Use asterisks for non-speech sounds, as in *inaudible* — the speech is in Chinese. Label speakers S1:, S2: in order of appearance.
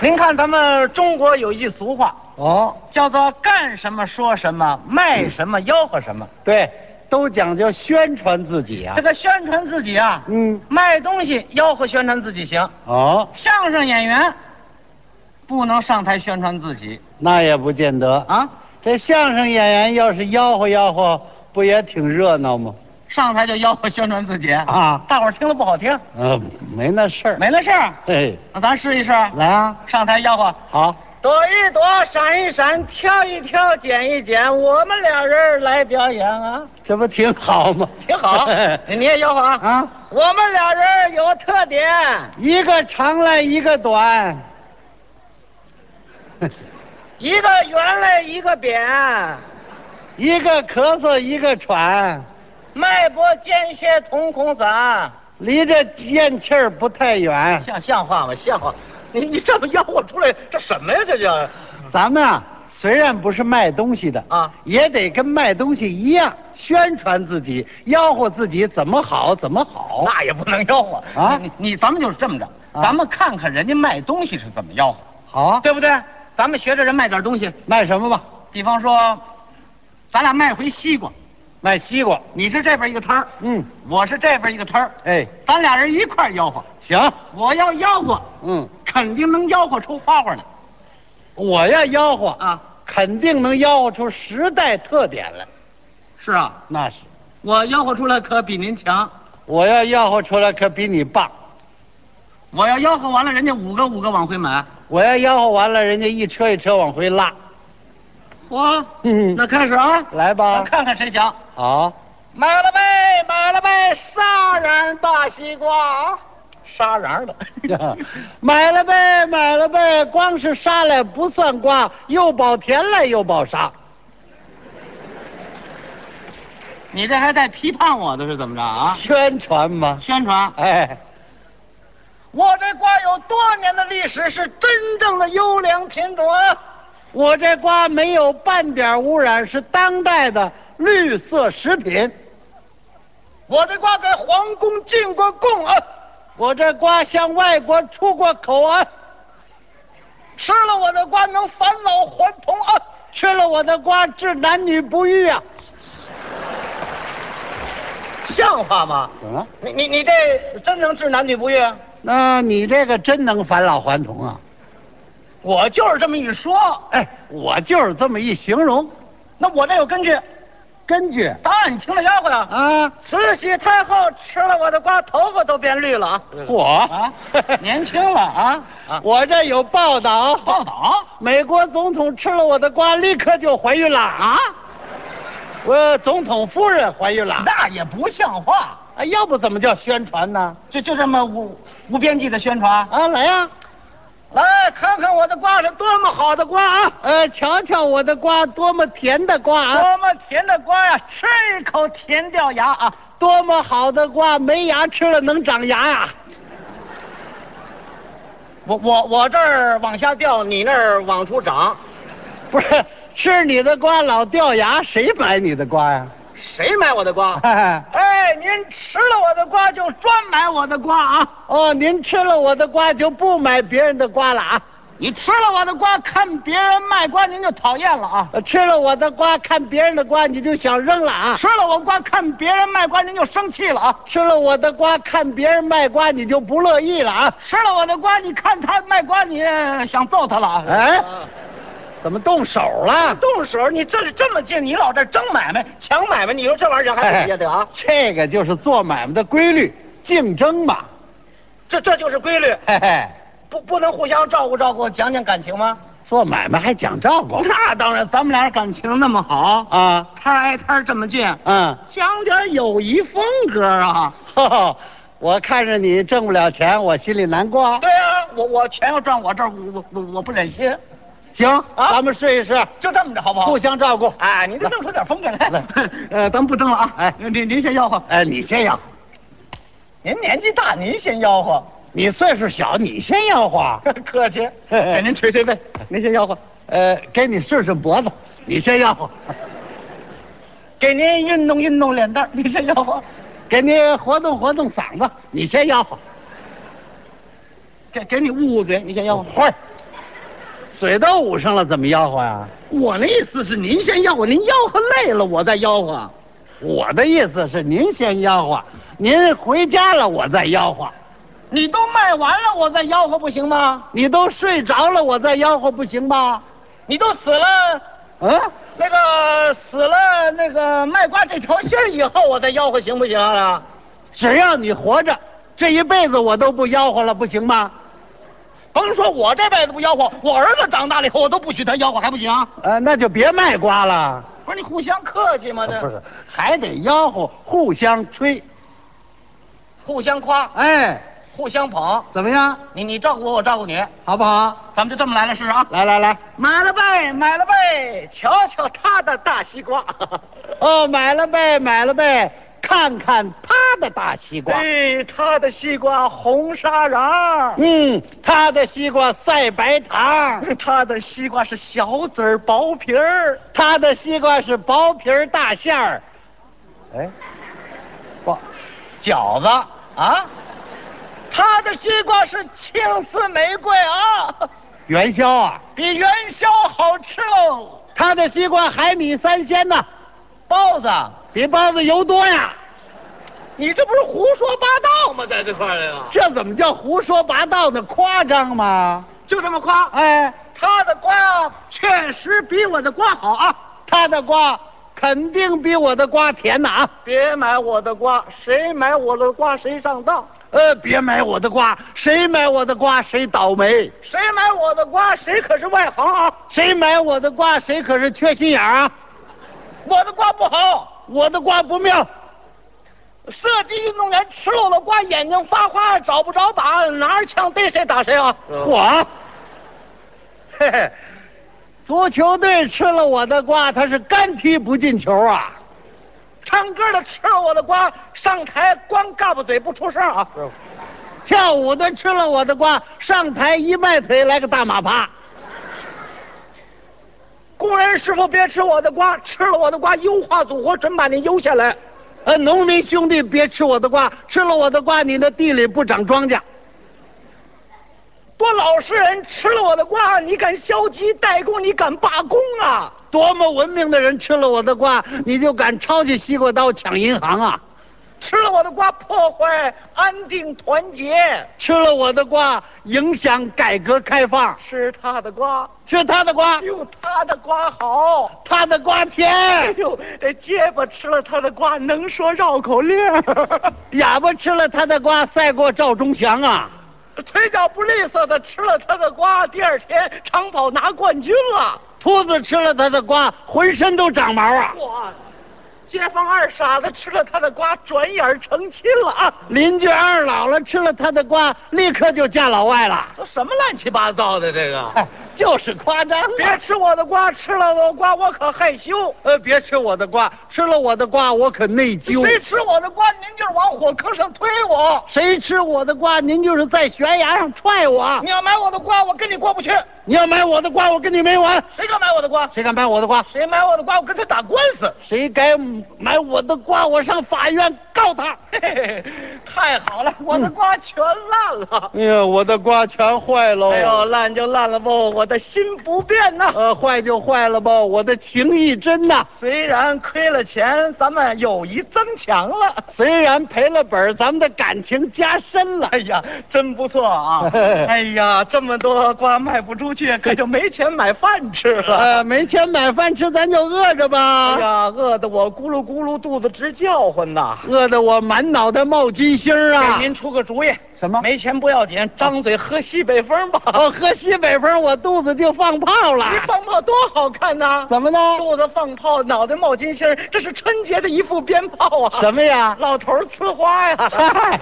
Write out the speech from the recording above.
S1: 您看，咱们中国有一句俗话，
S2: 哦，
S1: 叫做“干什么说什么，卖什么吆喝什么
S2: 对，都讲究宣传自己”。啊
S1: 这。个宣传自己啊，
S2: 嗯，
S1: 卖东西、吆喝、宣传自己行。
S2: 哦，
S1: 相声演员不能上台宣传自己
S2: 那也不见得。
S1: 啊，
S2: 这相声演员要是吆喝吆喝，不也挺热闹吗？
S1: 上台就吆喝宣传自己啊，
S2: 啊，
S1: 大伙儿听了不好听，
S2: 呃，没那事儿。
S1: 没那事儿。
S2: 嘿，
S1: 那咱试一试，
S2: 来啊，
S1: 上台吆喝。
S2: 好，
S1: 躲一躲，闪一闪，跳一跳，捡一捡，我们俩人来表演啊，
S2: 这不挺好吗？。
S1: 挺好
S2: *laughs*
S1: 你也吆喝啊！
S2: 啊，
S1: 我们俩人有特点，
S2: 一个长来一个短，
S1: 一个圆嘞，一个扁，
S2: 一个咳嗽一个喘，
S1: 脉搏间歇瞳孔散。
S2: 离这咽气儿不太远。
S1: 像像话吗？像话！你你这么吆喝出来，这什么呀？这叫
S2: 咱们啊，虽然不是卖东西的
S1: 啊，
S2: 也得跟卖东西一样宣传自己，吆喝自己怎么好怎么好。
S1: 那也不能吆喝
S2: 啊
S1: 你你咱们就是这么着，
S2: 啊
S1: 咱们看看人家卖东西是怎么吆喝，
S2: 好啊，
S1: 对不对？咱们学着人卖点东西，
S2: 卖什么吧？
S1: 比方说，咱俩卖回西瓜，
S2: 卖西瓜。
S1: 你是这边一个摊儿，
S2: 嗯，
S1: 我是这边一个摊儿，
S2: 哎，
S1: 咱俩人一块儿吆喝。
S2: 行，
S1: 我要吆喝，
S2: 嗯，
S1: 肯定能吆喝出花花来
S2: 我要吆喝，
S1: 啊！
S2: 肯定能吆喝出时代特点来。
S1: 是啊，
S2: 那是，
S1: 我吆喝出来可比您强。
S2: 我要吆喝出来可比你棒。
S1: 我要吆喝完了，人家五个五个往回买。
S2: 我要吆喝完了，人家一车一车往回 *laughs* 拉。
S1: 嚯，
S2: 嗯，
S1: 那开始啊，
S2: 来
S1: 咱
S2: 吧，
S1: 看看谁强。
S2: 好， *laughs*
S1: 买了没？买了没？沙瓤大西瓜，啊沙瓤的。
S2: 买了呗，买了呗，光是沙来不算瓜，又保田来又保沙。
S1: *laughs* 你这还带批判我的是怎么着啊？
S2: 宣传吗？
S1: 宣传，
S2: 哎，
S1: 我这瓜有多年的历史，是真正的优良品种啊！
S2: 我这瓜没有半点污染，是当代的绿色食品。
S1: 我这瓜在皇宫进过贡啊，
S2: 我这瓜向外国出过口啊，
S1: 吃了我的瓜能返老还童啊！
S2: 吃了我的瓜治男女不育啊。
S1: 像话吗？
S2: 怎么了？
S1: 你你你这真能治男女不育？啊
S2: 那你这个真能返老还童啊？
S1: 我就是这么一说，
S2: 哎，我就是这么一形容，
S1: 那我这有根据。
S2: 根据
S1: 当然你听了吆喝呀！
S2: 啊，
S1: 慈禧太后吃了我的瓜，头发都变绿了啊！
S2: 嗯我
S1: 啊，年轻了啊啊！
S2: *laughs* 我这有报道，
S1: 报道
S2: 美国总统吃了我的瓜，立刻就怀孕了啊！
S1: 啊，
S2: 我总统夫人怀孕了，
S1: 那也不像话，
S2: 啊，要不怎么叫宣传呢？
S1: 就就这么无无边际的宣传。
S2: 啊，来呀、
S1: 来看看我的瓜是多么好的瓜啊！
S2: 呃，瞧瞧我的瓜，多么甜的瓜啊，
S1: 多么甜的瓜呀、吃一口甜掉牙啊！
S2: 多么好的瓜，没牙吃了能长牙呀、
S1: 我我我这儿往下掉，你那儿往出长，
S2: 不是，吃你的瓜老掉牙，谁买你的瓜呀、
S1: 谁买我的
S2: *laughs*
S1: 瓜？哎，您吃了我的瓜就专买我的瓜啊！
S2: 哦，您吃了我的瓜就不买别人的瓜了啊？
S1: 你吃了我的瓜，看别人卖瓜您就讨厌了啊！
S2: 呃吃了我的瓜，看别人的瓜你就想扔了啊？
S1: 吃了我瓜，看别人卖瓜您就生气了啊！
S2: 吃了我的瓜，看别人卖瓜你就不乐意了啊？
S1: 吃了我的瓜，你看他卖瓜，你呃想揍他了啊！
S2: 哎，怎么动手了？
S1: 动手，你这里这么近，你老这争买卖、抢买卖，你说这玩意儿还不也得啊？
S2: 这个就是做买卖的规律，竞争嘛。
S1: 这这就是规律，
S2: 嘿嘿，
S1: 不不能互相照顾照顾，讲讲感情吗？
S2: 做买卖还讲照顾
S1: 那当然，咱们俩感情那么好，
S2: 啊？
S1: 摊儿挨摊儿这么近，
S2: 嗯，
S1: 讲点友谊风格啊！
S2: 呵呵 *laughs* 我看着你挣不了钱，我心里难过啊。
S1: 对啊，我我钱要赚我这儿，我我我不忍心，
S2: 行，咱们试一试，
S1: 就这么着好不好
S2: 互？相照顾。
S1: 哎，你得弄出点风格来
S2: 来。
S1: 呃，咱们不争了啊。
S2: 哎
S1: 您您先吆喝。
S2: 哎，你先要，
S1: 您年纪大，您先吆喝，
S2: 你岁数小，你先要花。
S1: *laughs* 客气。给您捶捶背，您先吆喝。
S2: 呃，给你顺顺脖子，你先要花。
S1: 给您运动运动脸蛋儿，您先吆喝。
S2: 给你活动活动嗓子，你先吆喝。
S1: 给给你捂捂嘴，你先吆喝。
S2: 会儿，嘴都捂上了，怎么吆喝呀、
S1: 我那意思是您先吆喝，您吆喝累了我再吆喝。
S2: 我的意思是，您先吆喝，您回家了我再吆喝，
S1: 你都卖完了我再吆喝不行吗？
S2: 你都睡着了我再吆喝，不行吧？
S1: 你都死了，
S2: 嗯，
S1: 那个死了那个卖瓜这条心儿以后我再吆喝行不行啊？
S2: 只要你活着，这一辈子我都不吆喝了，不行吗？
S1: 甭说我这辈子不吆喝，我儿子长大了以后我都不许他吆喝，还不行啊？
S2: 呃，那就别卖瓜了，
S1: 不是你互相客气吗？
S2: 不
S1: 这
S2: 是，还得吆喝，互相吹，
S1: 互相夸，
S2: 哎，
S1: 互相捧，
S2: 怎么样，
S1: 你你照顾我，我照顾你，
S2: 好不好？
S1: 咱们就这么来了试试啊！
S2: 来来来，
S1: 买了呗，买了呗，瞧瞧他的大西瓜。
S2: *laughs* 哦，买了呗，买了呗，看看他的大西瓜，
S1: 哎，他的西瓜红沙瓤，
S2: 嗯，他的西瓜赛白糖。
S1: 他的西瓜是小籽儿薄皮儿。
S2: 他的西瓜是薄皮儿大馅儿，哎，薄
S1: 饺子啊，他的西瓜是青丝玫瑰啊，
S2: 元宵啊，
S1: 比元宵好吃喽。
S2: 他的西瓜海米三鲜呐、
S1: 包子，
S2: 比包子油多呀，
S1: 你这不是胡说八道吗？在这块儿啊呀，
S2: 这怎么叫胡说八道呢？夸张吗？
S1: 就这么夸，
S2: 哎，
S1: 他的瓜确实比我的瓜好啊。
S2: 他的瓜肯定比我的瓜甜呐啊！
S1: 别买我的瓜，谁买我的瓜谁上当。
S2: 呃，别买我的瓜，谁买我的瓜谁倒霉，
S1: 谁买我的瓜，谁可是外行啊！
S2: 谁买我的瓜谁可是缺心眼儿啊！
S1: 我的瓜不好，
S2: 我的瓜不妙，
S1: 射击运动员吃漏了瓜，眼睛发花，找不着靶，拿着枪逮谁打谁啊！
S2: 嗯我，嘿嘿，足球队吃了我的瓜，他是干踢不进球啊！
S1: 唱歌的吃了我的瓜，上台光嘎巴嘴不出声啊！
S2: 跳舞的吃了我的瓜，上台一迈腿来个大马趴。
S1: 工人师傅别吃我的瓜，吃了我的瓜，优化组合准把你优下来。
S2: 呃，农民兄弟别吃我的瓜，吃了我的瓜，你的地里不长庄稼。
S1: 多老实人吃了我的瓜，你敢消极怠工，你敢罢工啊！
S2: 多么文明的人吃了我的瓜，你就敢抄起西瓜刀抢银行啊！
S1: 吃了我的瓜，破坏安定团结。
S2: 吃了我的瓜，影响改革开放。
S1: 吃他的瓜，
S2: 吃他的瓜，
S1: 哟，他的瓜好。
S2: 他的瓜甜
S1: 哎。呦，这结巴吃了他的瓜，能说绕口令儿； *laughs*
S2: 哑巴吃了他的瓜，赛过赵忠祥啊！
S1: 腿脚不利索的吃了他的瓜，第二天长跑拿冠军了。
S2: 秃子吃了他的瓜，浑身都长毛啊！
S1: 哇！街坊二傻子吃了他的瓜，转眼成亲了啊！
S2: 邻居二老了吃了他的瓜，立刻就嫁老外了。
S1: 都什么乱七八糟的这个！
S2: 哎，就是夸张啊！
S1: 别吃我的瓜，吃了我的瓜我可害羞。
S2: 呃，别吃我的瓜，吃了我的瓜我可内疚。
S1: 谁吃我的瓜，您就是往火坑上推我。
S2: 谁吃我的瓜，您就是在悬崖上踹我。
S1: 你要买我的瓜，我跟你过不去。
S2: 你要买我的瓜，我跟你没完。
S1: 谁敢买我的瓜？
S2: 谁敢买我的瓜？
S1: 谁买我的瓜，我跟他打官司。
S2: 谁敢买我的瓜，我上法院告他。
S1: 嘿嘿嘿， *laughs* 太好了，我的瓜全烂了。
S2: 哎呀，我的瓜全坏喽！
S1: 哎呦，烂就烂了吧，我的心不变呐。
S2: 呃，坏就坏了吧，我的情义真呐、
S1: 虽然亏了钱，咱们友谊增强了。
S2: 虽然赔了本儿，咱们的感情加深了。
S1: 哎呀，真不错啊！哎呀，这么多瓜卖不出去，可就没钱买饭吃了。
S2: 呃，没钱买饭吃，咱就饿着
S1: 哎
S2: 吧。
S1: 呀，饿得我咕噜咕噜肚子直叫唤呐！
S2: 饿得我满脑袋冒金星儿啊
S1: 给！您出个主意，
S2: 什么？
S1: 没钱不要紧，张嘴喝西北风吧。
S2: 哦，喝西北风，我肚子就放炮了。
S1: 你放炮多好看呐！
S2: 怎么呢？
S1: 肚子放炮，脑袋冒金星儿，这是春节的一副鞭炮啊！
S2: 什么呀？
S1: 老头儿呲花呀！
S2: 嗨，